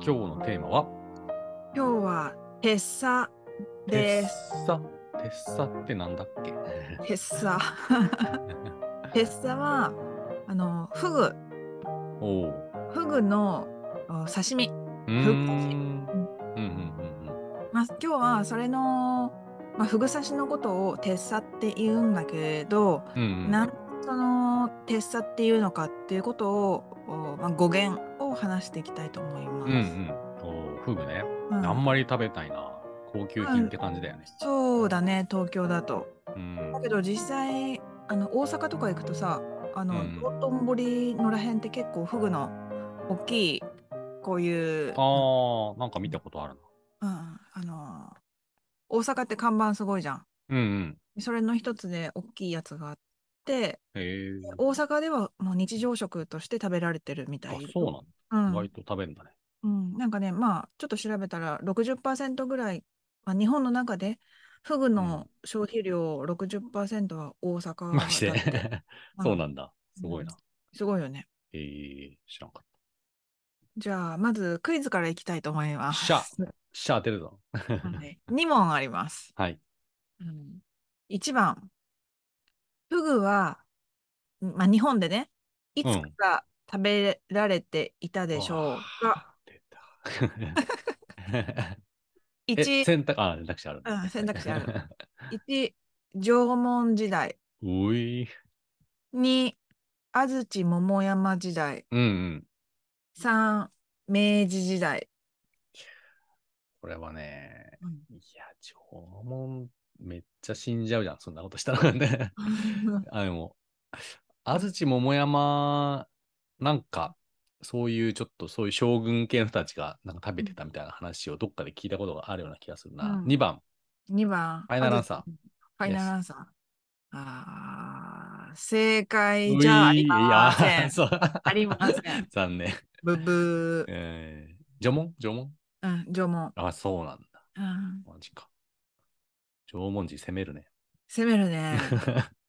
テーマは今日はテッサテです。ッサ。テッサってなんだっけテッサ。 テッサはあのフグおお。フグのお刺身。うーん。うんうんまあ、今日はそれの、まあ、フグ刺しのことをテッサって言うんだけど、うんうん。うんうん、なんでそのテッサっていうのかっていうことを、おまあ、語源を話していきたいと思いまうんうす。ん。おーフグね。うんあんまり食べたいな。高級品って感じだよね。そうだね東京だと。うんだ。けど実際あの大阪とか行くとさあの、うん道頓堀のらへんって結構フグの大きいこういうああ、なんか見たことあるうん、あの大阪って看板すごいじゃん。な。うんうん。それの一つで大きいやつがあってへえ。大阪ではもう日常食として食べられてるみたあい、そうなんだ。うん割と食べるんだね。うん、なんかねまあちょっと調べたら60%ぐらい、まあ、日本の中でフグの消費量60%は大阪だまっ、して て。そうなんだ。うんすごいな。すごいよね。へえ、知らんかっじゃあ、まずクイズからいきたいと思いた。ます。シャシャ当てるぞ。はい2問あります。はい。うん、1番、フグは、まあ、日本でね、いつから食べられていたでしょうあか。ー。出た。え、 1、選択、あ、選択肢ある。うん選択肢あ る。一縄文時代。うい。 2、安土桃山時代。うんうん。 3、明治時代。これはね、うんいや、縄文、めっちゃ死んじゃうじゃん、そんなことしたら ね。あ、でも、安土桃山、なんか、そういうちょっとそういう将軍系の人たちがなんか食べてたみたいな話をどっかで聞いたことがあるような気がするな。うん2番、 2番、ファイナルアンサー。ファイナルアンサー。あー正解うじゃありいませいやん。そうありませ ん残念。ブブー。えー、縄文縄文うん、縄文。あ、そうなんだ。うん、マジか。縄文人攻めるね。攻め るね。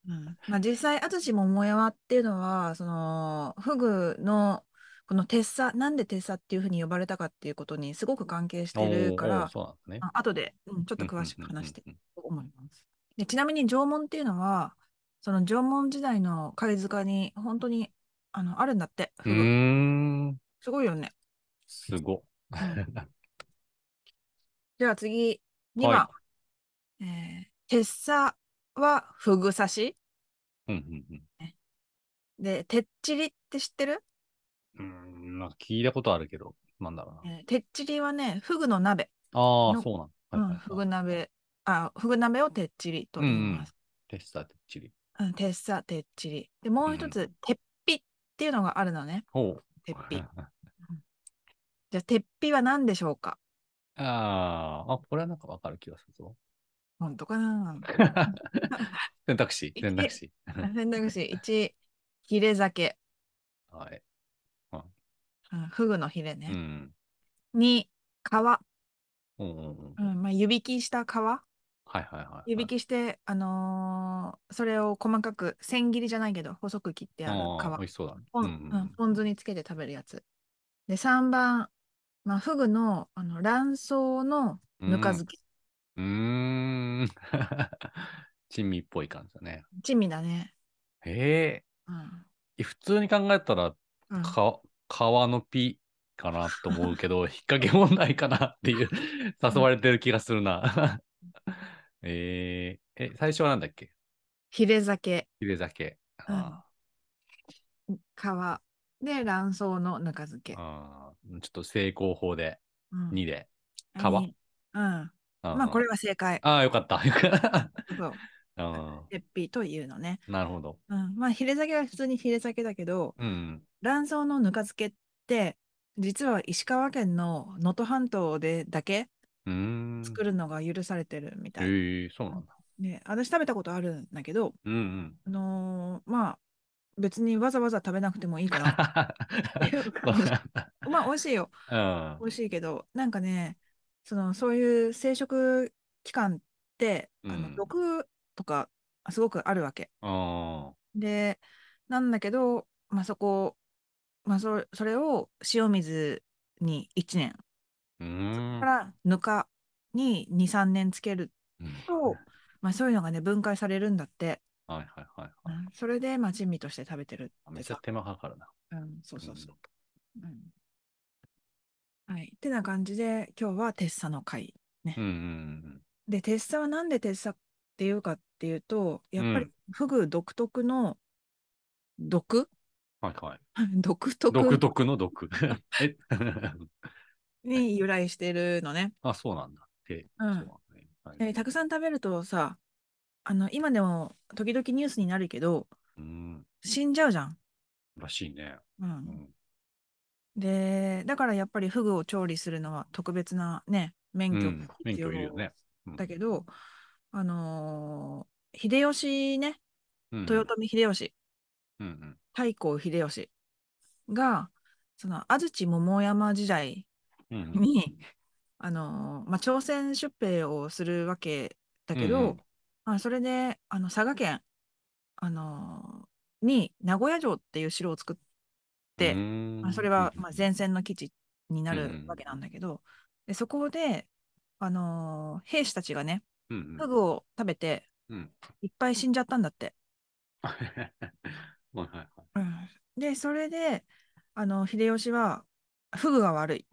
うんまあ、実際、安土桃山っていうのは、その、フグの、この鉄砂、なんで鉄砂っていうふうに呼ばれたかっていうことにすごく関係してるかおーおーら、そうなんだね。あ後で、うん、ちょっと詳しく話していこうと思います。で、ちなみに縄文っていうのは、その縄文時代の貝塚に本当にあのあるんだって、うフんうグ。んうん。うーん、すごいよね。すご。じゃあ次、2番。はえー、鉄砂はフグ刺しい。うんうんで、てっちりって知ってる、うん。うーん、なんか聞いたことあるけど、なんだろうな。えー、てっちりはね、フグの鍋。ああ、のそうなんだ。はういはいん、はいフグ鍋。あ、フグ鍋をてっちりと言います。テスターてっちり。うん、鉄砂、てっちり。で、もう一つ、てっぴっていうのがあるのね。ほう。てっぴ。じゃあ、てっぴは何でしょうか あーあ、これはなんかわかる気がする ぞ。本当かな選択肢、選択肢。選択肢1、ヒレ酒。はい。うん、フグのヒレうね。ん。 2、皮。うんうんうん。うん、まあ、湯引きした皮。はいはいはい。湯引きして、あのーそれを細かく千切りじゃないけど細く切ってあるああ、美皮味しそうだね。ポン,、うんうんうんうんポン酢につけて食べるやつで3番、まあ、フグのあの卵巣のぬか漬け、うーん。 珍味っぽい感じだね。珍味だね、へうんえ。普通に考えたら、うん、か、皮のピかなと思うけ ど、引っ掛け問題かなっていう、誘われてる気がする な。えー、え、最初はなんだっけヒレ酒ヒレ酒。うんあ皮で卵巣のぬか漬けー、あーちょっと成功法でうん2で。皮あにうんあまあこれは正解ああ、よかった。 よかったそうあてっぴというのね、ーなるほど。うん、まあヒレ酒は普通にヒレ酒だけど、うん。卵巣のぬか漬けって実は石川県の能登半島でだけうーん。作るのが許されてるみたい、えー、そうなんだ。ね、私食べたことあるんだけど、うんうん。あのーまあ別にわざわざ食べなくても いいかなっていう感じまあ美味しいようん美味しいけどなんかねそのそういう生殖期間ってあうのん毒とかすごくあるわけ、あで、なんだけど、まあ、そこ、まあ、それ、それを塩水に1年うーん。からぬかに23年つけるうんと、まあ、そういうのがね分解されるんだって、はいはいはいはうんそれで、まあ、珍味として食べてるい。めっってちゃさ、手間かかるな。うん、そうそうそう、うんはいってな感じで今日はテッサの回うんうんうんでテッサはなんでテッサっていうかっていうとやっぱりうんフグ独特の毒うん。はいはい。独特独特の毒。 えに由来してるのね。あ、そうなんだ。えうそうなんんだねはいでたくさん食べるとさあの今でも時々ニュースになるけどうん。死んじゃうじゃん。らしいね。う、うんん。でだからやっぱりフグを調理するのは特別なね免許うん免許いるよね。うんだけど、あのー秀吉ねうん豊臣秀吉、うんうん。太閤秀吉がその安土桃山時代うんうんに、あのーまあ、朝鮮出兵をするわけだけど、うんうんまあ、それであの佐賀県、あのーに名古屋城っていう城を作って、まあ、それはまあ前線の基地になうんうるんわけなんだけど、でそこで、あのー兵士たちがねうん フグを食べてうんうん。いっぱい死んじゃったんだって。はいはいはい。でそれであの秀吉はフグが悪いって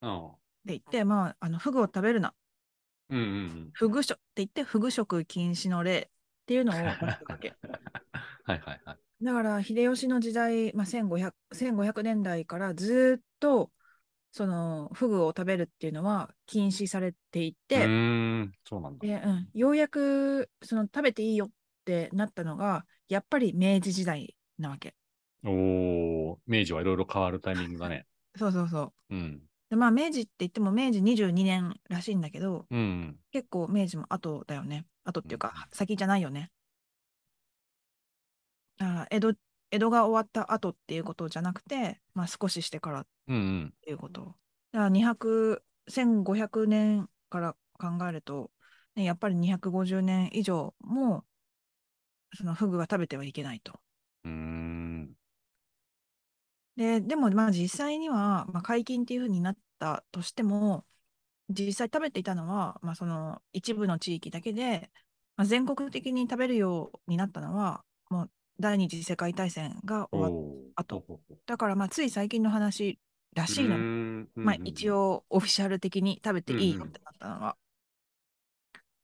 ああ言って、まあ、あのフグを食べるなうんうんうん。 フグ食って言ってフグ食禁止の例っ ていうのを出したわけはいはいはい。だから秀吉の時代、まあ、1500, 1500年代からずっとそのフグを食べるっていうのは禁止されていて、うーん、そうなんだ。でうん、ようやくその食べていいよってなったのがやっぱり明治時代なわけ。おお、明治はいろいろ変わるタイミングがね。そうそうそううん。でまあ明治って言っても明治22年らしいんだけどうん。結構明治も後だよね後っていうか先じゃないよねあ江戸江戸が終わった後っていうことじゃなくて、まあ、少ししてからっうんうん。ていうことだから200 1500年から考えると、ね、やっぱり250年以上もそのフグは食べてはいけないとうーん。ででもまあ実際には、まあ、解禁っていうふうになったとしても実際食べていたのは、まあ、その一部の地域だけで、まあ、全国的に食べるようになったのはもう第二次世界大戦がお終わっお。あとほほほ。たからまあつい最近の話らしいの、まあ、一応。応オフィシャル的に食べていいよってなったのは。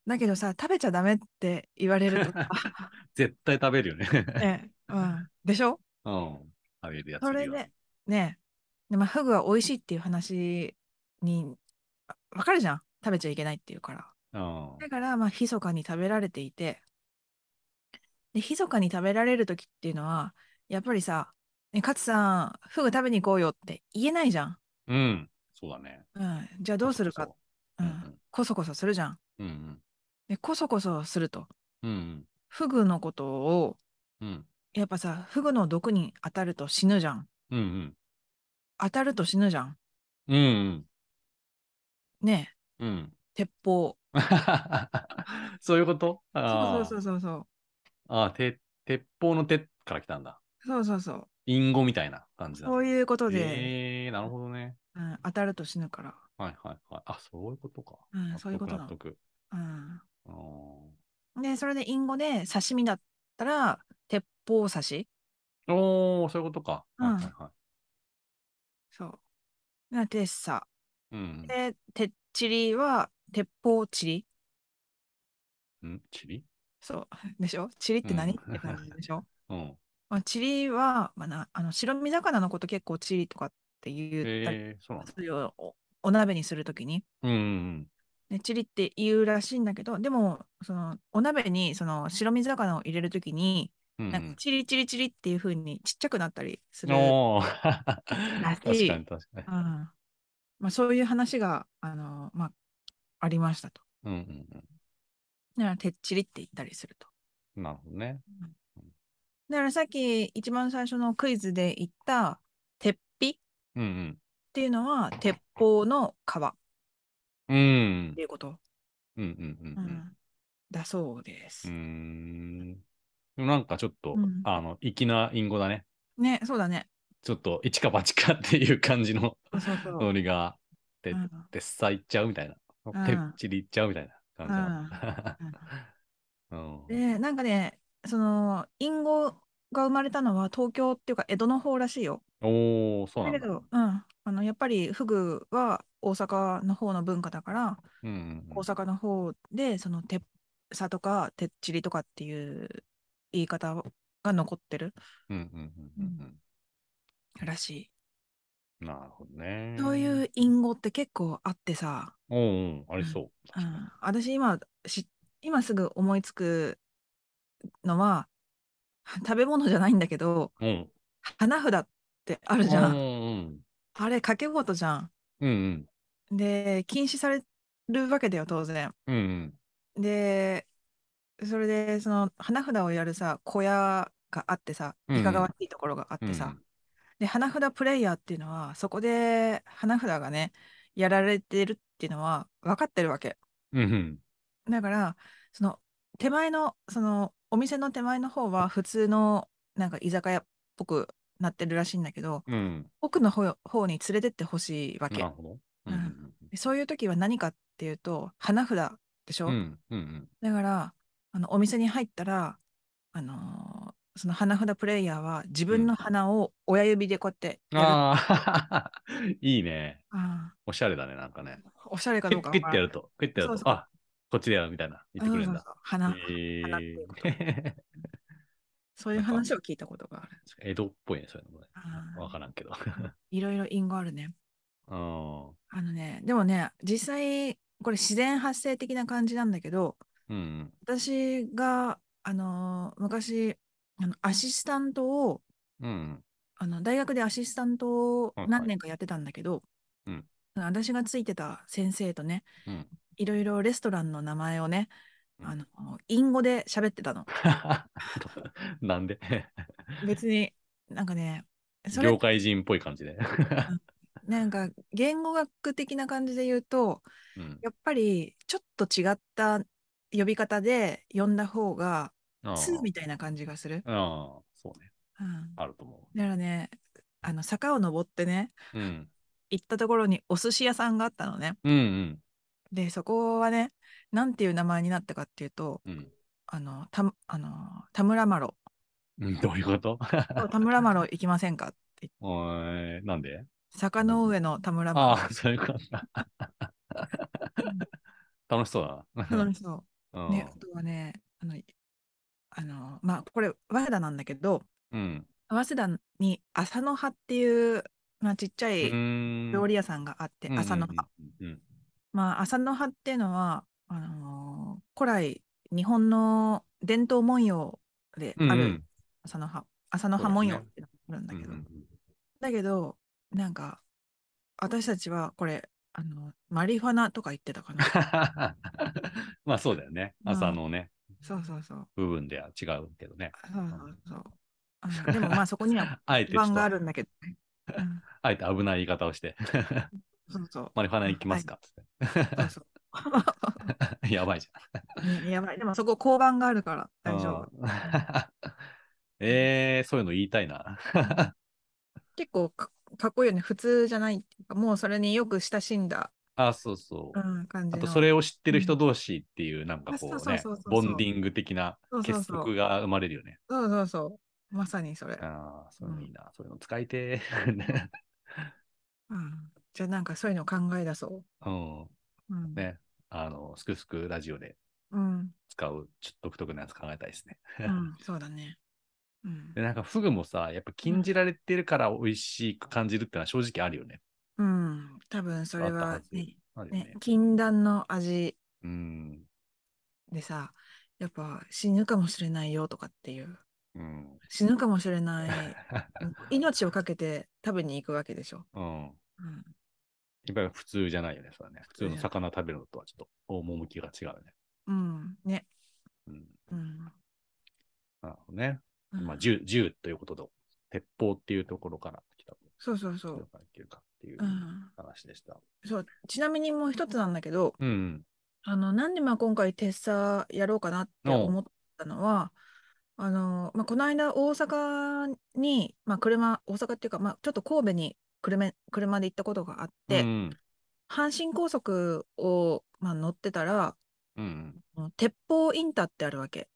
だけどさ食べちゃダメって言われるとさ絶対食べるよね。ねうん、でしょうん。食べるやついそるれよで、ねえで、まあ、フグは美味しいっていう話に、あわかるじゃん。食べちゃいけないっていうから。うん。だから、まあ、密かに食べられていて、で、密かに食べられる時っていうのは、やっぱりさ、ね、勝さん、フグ食べに行こうよって言えないじゃん。うん。そうだね。うん、じゃあどうするか、、そううそうんこそこそするじゃん。う。うんで、こそこそすると、うん。うんフグのことを、うん。うんやっぱさ、フグの毒に当たると死ぬじゃん。うん当たると死ぬじゃん。うん。うんねうん。うん。 え、鉄砲。そういうことあそうあそうそうそうそう。ああ、て鉄砲の鉄から来たんだ。そうそうそう。隠語みたいな感じだ。そういうことで、ええー、なるほどね。うん、当たると死ぬから。はいはいはい。あ、そういうことか。うん、納そういうこ得と納なの。得。うん、で、それで隠語で刺身だったら、鉄砲刺し。あーおー、そういうことか。うんはいはいはい。そう。な、テッサ。うんで、てっちりは、鉄砲ちり。うん。んチリそう。 でしょちりって何、うんって感じで しょ、うん。まあ、ちりは、まあな、あの白身魚のこと結構ちりとかって言ったり、ええー、そうなんだ。それをおお鍋にするときに。うんうんね、チリって言うらしいんだけどでもそのお鍋にその白身魚を入れるときに、うん。うんうなんかんチリチリチリっていう風にちっちゃくなったりする、うんおー らし確かいに確かに。まあ、そういう話があの、まあ、ありましたと。うんうんだからてっちりって言ったりすると。うん。なるほどね。だからさっき一番最初のクイズで言った鉄皮っうんていうのは鉄砲の皮っうん。うんていうこと、うんうんうんううん。ん、だそうでうすー。ん。でもなんかちょっと、うんあの、粋な隠語だね。ねそうだね。ちょっと、一か八かっていう感じのそうそうノリがで、うんでっさ行っちゃうみたいな。ん手っちり行っちゃうみたいな感じなの。 うん。でなんかねその隠語が生まれたのは東京っていうか江戸の方らしいよ。おおそうなだんけだ。ど、うん、あのやっぱりフグは大阪の方の文化だから、うんうんうん大阪の方でそのてっさとかてっちりとかっていう言い方が残ってるうんうんうんうんらしうん。なるほどねい。。そういう。隠語って結構あってさ、おーおーありそう。う確かにん、私今し今すぐ思いつくのは食べ物じゃないんだけどうん。花札ってあるじゃうんん。うんあれ掛け事じゃん。うん。うんで禁止されるわけだよ当然。うん。うんでそれでその花札をやるさ小屋があってさうんうんいかがわしいところがあっうん。てさ、で花札プレイヤーっていうのはそこで花札がねやられてるっていうのは分かってるわけうんうん。だからその手前のそのお店の手前の方は普通のなんか居酒屋っぽくなってるらしいんだけどうん。奥の方方に連れてってほしいわけなるほど。うんでそういう時は何かっていうと花札でしょ、うんうんうんだからあのお店に入ったら、あのーその花札プレイヤーは自分の鼻を親指でこうやってうん。やる、あああ、 いいね。あおしゃれだね、なんかね。おしゃれかクどうイかッわかクイッってらないやると、クイッてやるそうと、そうあこっちだよみたいな言ってくれるんだそう。そうそう花え花っていうことえそういう話を聞いたことがある 江戸っぽいね、そういうのもね。あわあからんけど。 いろいろ因果あるねうんあのねでもね実際これ自然発生的な感じなんだけどうん私があのー昔あのアシスタントをうん。うん あの大学でアシスタントをはいはい何年かやってたんだけど、うん私がついてた先生とねうん。いろいろレストランの名前をねうんあの隠語で喋ってたのなんで 別になんかねそれ業界人っぽい感じで。なんか言語学的な感じで言うとうんやっぱりちょっと違った呼び方で呼んだ方があ「あ通」みたいな感じがする、ああ、そうね。うん、あると思だからねあの坂を登ってねう。うん。行ったところにお寿司屋さんがあったのねうんうん。でそこはねなんていう名前になったかっていうとうんあのたあの田村麻 呂うん。どういうこと 田村麻呂行きませんかって言っおーいなんでて坂の上の田村麻呂ああ、 そういうこと。 楽しそうだそな。の人うんねあとはねあのあのまあこれ早稲田なんだけどうん。早稲田に浅野葉っていう、まあ、ちっちゃういーん料理屋さんがあって、浅野葉、うんうんまあ浅野葉っていうのはあのー古来日本の伝統文様でうんうん。あうるん浅野葉、浅野葉文様っていうのがあるんだうんけど、うん だけどなんか私たちはこれあのマリファナとか言ってたか なまあそうだよね。うん朝のね、そうそうそう部分では違うけどね。そうそうそうあのでもまあそこに はあえて不ちょっ安と、がああるんだけどね、うんえて危ない言い方をして、 そうそうマリファナ行きますかそう そうって やばいじねやばいでもそこ交番があるからゃん。大丈夫うん えー、そういうの言いたいな。結構かかっこいいよね普通じゃないっていうかもうそれによく親しんだ、あ、そうそうう。ん、感じあのとそれを知ってる人同士っていうなんかこあそううそうねそうそうボンディング的なそうそう結そう束が生まれるよね。そうそうそうまさにそれ、ああそういうのいいな、そういうの使いてー うん、じゃあなんかそういうの考え出そうんう、うんねあのすくすくラジオで うん使うちょっと独特なやつ考えたいですね。うん、そうだね。うんでなんかフグもさやっぱ禁じられてるから美味しく感じるってのは正直あるよね。うん、多分それはね、あるよねね、禁断の味うんでさ、やっぱ死ぬかもしれないよとかっていう、うん 死ぬかもしれない、命をかけて食べに行くわけでしょ。うんうん、やっぱり普通じゃないよねそれはね普通の魚食べるのとはちょっと趣が違うよね。うん、ね、うん、うん。なるほどね。うんまあ、銃銃ということと、鉄砲っていうところから来たそうそうそどうう。関係かっていううん、話でした。そうちなみにもう一つなんだけどうん。あのなんでまあ今回テッサやろうかなって思ったのはあの、まあ、この間大阪に、まあ、車大阪っていうか、まあ、ちょっと神戸に車、車で行ったことがあって、うん阪神高速を、まあ、乗ってたら、うん。鉄砲インターってあるわけ。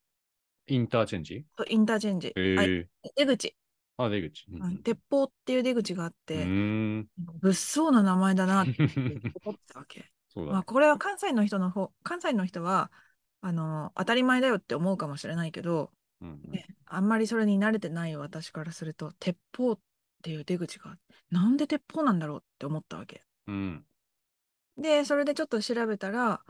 インターチェンジインターチェンジ。へあえ。出口、あ、出口。うん鉄砲っていう出口があっうて、ーん。物騒な名前だなって思ってたわけ。 そうだまあ、ね。これは関西の人の方、関西の人は、あの、当たり前だよって思うかもしれないけど、うんねあんまりそれに慣れてない私からすると、鉄砲っていう出口が、なんで鉄砲なんだろうって思ったわけ。うん。で、それでちょっと調べたら、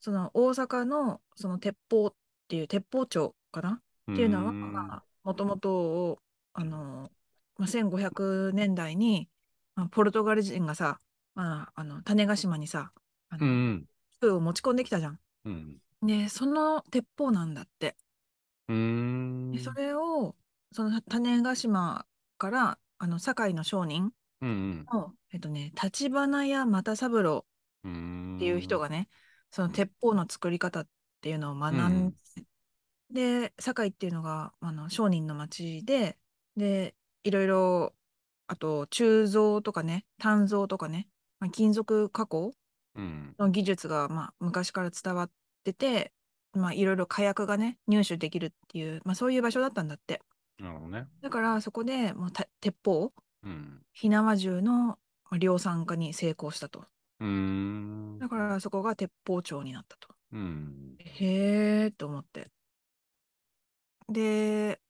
その大阪のその鉄砲っていう鉄砲町かなうん。っていうのは、は、もともと、あの、まあ、1500年代に、まあポルトガル人がさ、まあ、あの種子島にさ、あうのん。銃を持ち込んできたじゃん。うん。で、その鉄砲なんだって。うーん。で、それを、その種子島から、あの、堺の商人うんの、えっとね、立花屋又三郎うん。っていう人がね、その鉄砲の作り方っていうのを学うんんで、堺っていうのがあの商人の町で、で、いろいろ、あと鋳造とかね、鍛造とかね、まあ、金属加工うん。の技術が、まあ、昔から伝わってて、まあ、いろいろ火薬がね、入手できるっていう、まあ、そういう場所だったんだって。なるほどね。だからそこでもうた鉄砲、うん。火縄銃のまあ量産化に成功したと。うーん。だからそこが鉄砲町になったと。うん。へえと思って。で、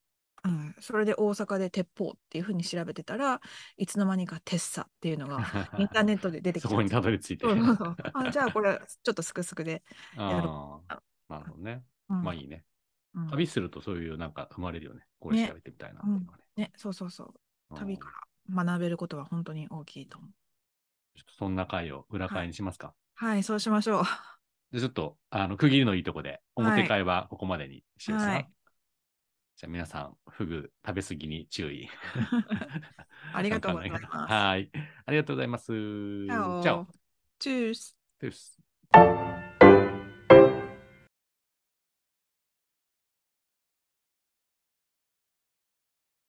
うん、それで大阪で鉄砲っていうふうに調べてたらいつの間にか鉄砂っていうの がインターネットで出てきそた。こにたどり着いて。そうそうそうあじゃあこれちょっとすくすくで。やああ。なるほどね。うんまあいいね。うん旅するとそういうなんか生まれるよね。これ調べてみたいなっていうのはね。ね、そうそうそう。うん旅から学べることは本当に大きいと思う。ちょっとそんな回を裏回にしますか。はい、そうしましょう。で、ちょっと、あの、区切りのいいとこで、はい表会はここまでにしますか。はいじゃあ皆さん、フグ食べ過ぎに注意。ありがとうございます考え方はい。ありがとうございます。チャオチャオ。チューストゥース